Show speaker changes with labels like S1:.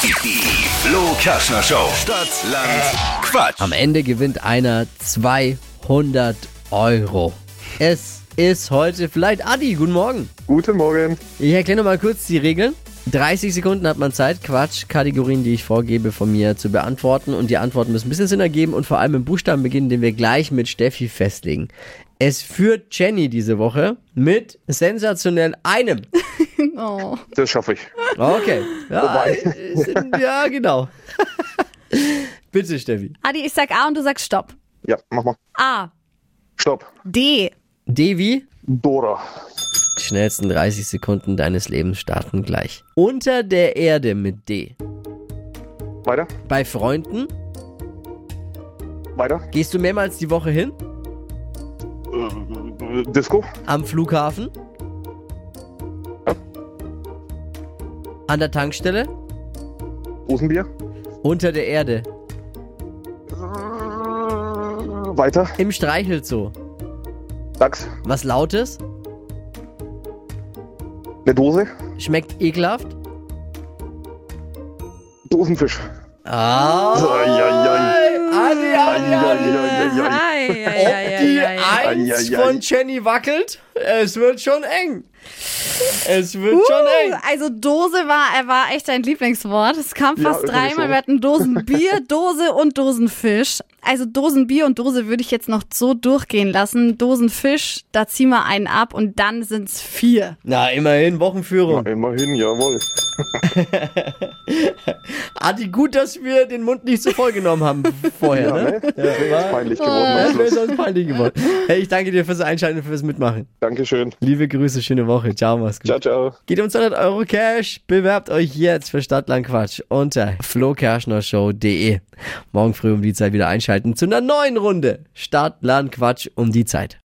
S1: Die Flo Kaschner Show. Stadt, Land, Quatsch.
S2: Am Ende gewinnt einer 200 Euro. Es ist heute vielleicht Adi. Guten Morgen.
S3: Guten Morgen.
S2: Ich erkläre noch mal kurz die Regeln. 30 Sekunden hat man Zeit, Quatsch, Kategorien, die ich vorgebe, von mir zu beantworten. Und die Antworten müssen ein bisschen Sinn ergeben und vor allem im Buchstaben beginnen, den wir gleich mit Steffi festlegen. Es führt Jenny diese Woche mit sensationell einem.
S4: Oh.
S3: Das schaffe ich.
S2: Okay. Ja, äh, ja genau. Bitte, Steffi.
S4: Adi, ich sag A und du sagst Stopp.
S3: Ja, mach mal.
S4: A.
S3: Stopp.
S4: D.
S2: Devi,
S3: Dora.
S2: die schnellsten 30 Sekunden deines Lebens starten gleich. Unter der Erde mit D.
S3: Weiter.
S2: Bei Freunden
S3: Weiter.
S2: gehst du mehrmals die Woche hin.
S3: Äh, Disco.
S2: Am Flughafen.
S3: Ja.
S2: An der Tankstelle.
S3: Rosenbier.
S2: Unter der Erde.
S3: Weiter.
S2: Im Streichelzoo.
S3: Lachs.
S2: Was Lautes.
S3: Eine Dose.
S2: Schmeckt ekelhaft.
S3: Dosenfisch.
S2: Ah.
S3: Eieiei.
S2: Adi, Adi, Adi.
S3: Eieiei.
S2: Ob Oh, die Eins
S3: Eieiei.
S2: von Jenny wackelt, es wird schon eng. Es wird schon eng.
S4: Also Dose war, er war echt dein Lieblingswort. Es kam
S3: Ja,
S4: fast
S3: irgendwie
S4: dreimal.
S3: schon.
S4: Wir hatten Dosenbier, Dose und Dosenfisch. Also Dosenbier und Dose würde ich jetzt noch so durchgehen lassen. Dosenfisch, da ziehen wir einen ab und dann sind's vier.
S2: Na, immerhin Wochenführung.
S3: Immerhin, jawohl.
S2: Adi, Ah, gut, dass wir den Mund nicht so voll genommen haben vorher,
S3: Ja,
S2: ne?
S3: ne? Das wäre jetzt peinlich geworden am
S2: Das wäre
S3: Schluss.
S2: sonst peinlich geworden. Hey, ich danke dir fürs Einschalten und fürs Mitmachen.
S3: Dankeschön.
S2: Liebe Grüße, schöne Woche. Ciao, mach's gut.
S3: Ciao, ciao.
S2: Geht um 200 Euro Cash. Bewerbt euch jetzt für Stadtlandquatsch unter flokerschnershow.de. Morgen früh um die Zeit wieder einschalten zu einer neuen Runde. Stadtlandquatsch um die Zeit.